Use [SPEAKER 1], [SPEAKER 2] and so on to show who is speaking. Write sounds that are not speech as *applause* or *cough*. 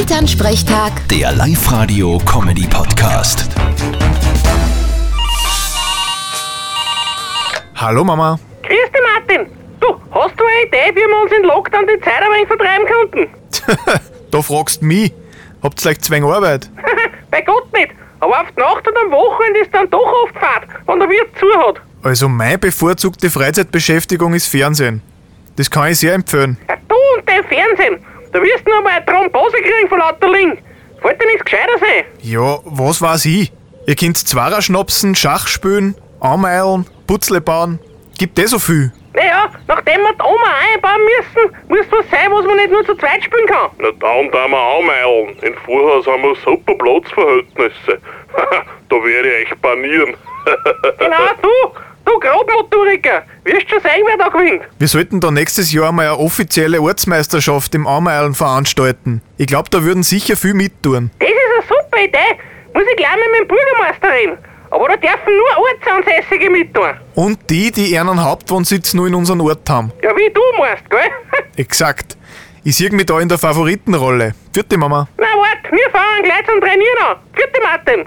[SPEAKER 1] Elternsprechtag,
[SPEAKER 2] Der Live-Radio-Comedy-Podcast.
[SPEAKER 3] Hallo Mama.
[SPEAKER 4] Grüß dich, Martin. Du, hast du eine Idee, wie wir uns in Lockdown die Zeit ein wenig vertreiben könnten?
[SPEAKER 3] Da fragst mich. Habt ihr gleich zwang Arbeit?
[SPEAKER 4] Bei Gott nicht. Aber auf die Nacht und am Wochenende ist dann doch oft Fahrt, wenn der Wirt zu hat.
[SPEAKER 3] Also meine bevorzugte Freizeitbeschäftigung ist Fernsehen. Das kann ich sehr empfehlen.
[SPEAKER 4] Ja, Du und dein Fernsehen. Da wirst du noch mal eine Thrombose kriegen von lauter Ling. Wollte nichts gescheiter sein.
[SPEAKER 3] Ja, was weiß ich? Ihr könnt Zwarer schnapsen, Schach spielen, Ameilen, Putzle bauen. Gibt eh so viel.
[SPEAKER 4] Naja, nachdem wir die Oma auch einbauen müssen, muss was sein, was man nicht nur zu zweit spielen kann.
[SPEAKER 5] Na, darum da wir anmeilen. In Vorhaus haben wir super Platzverhältnisse. *laughs* da werde ich echt panieren. *laughs*
[SPEAKER 4] Genau, du, du Grobmotoriker, wirst schon sehen, wer da gewinnt.
[SPEAKER 3] Wir sollten da nächstes Jahr mal eine offizielle Ortsmeisterschaft im Ameilen veranstalten. Ich glaube, da würden sicher viel mittun.
[SPEAKER 4] Das ist eine super Idee. Muss ich gleich mit meinem Bürgermeister reden. Aber da dürfen nur Ortsansässige mit tun.
[SPEAKER 3] Und die, die einen Hauptwohnsitz nur in unseren Ort haben.
[SPEAKER 4] Ja, wie du meinst, gell? *laughs*
[SPEAKER 3] Exakt. Ich sehe mich da in der Favoritenrolle. Vierte Mama.
[SPEAKER 4] Na, warte, wir fahren gleich zum Trainieren an. Vierte Martin.